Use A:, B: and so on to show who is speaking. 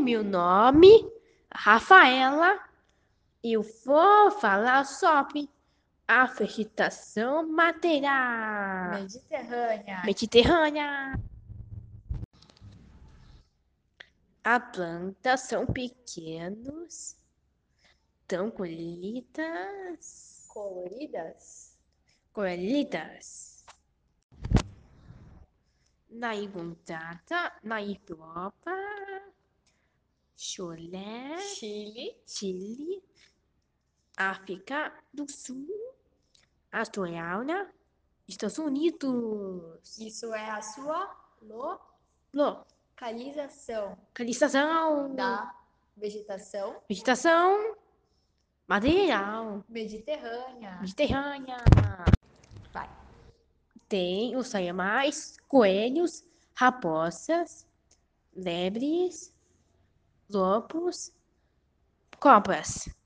A: meu nome, Rafaela, eu vou falar sobre a vegetação madeira
B: Mediterrânea.
A: mediterrânea. As plantas são pequenos, tão colhidas,
B: Coloridas.
A: colhidas. Na Igundata, na Europa, Chulé.
B: Chile.
A: Chile, África do Sul, Austrália, Estados Unidos.
B: Isso é a sua
A: Localização,
B: localização da vegetação
A: vegetação, material,
B: mediterrânea.
A: mediterrânea.
B: Vai.
A: Tem os animais, coelhos, raposas, lebres, lobos, cobras.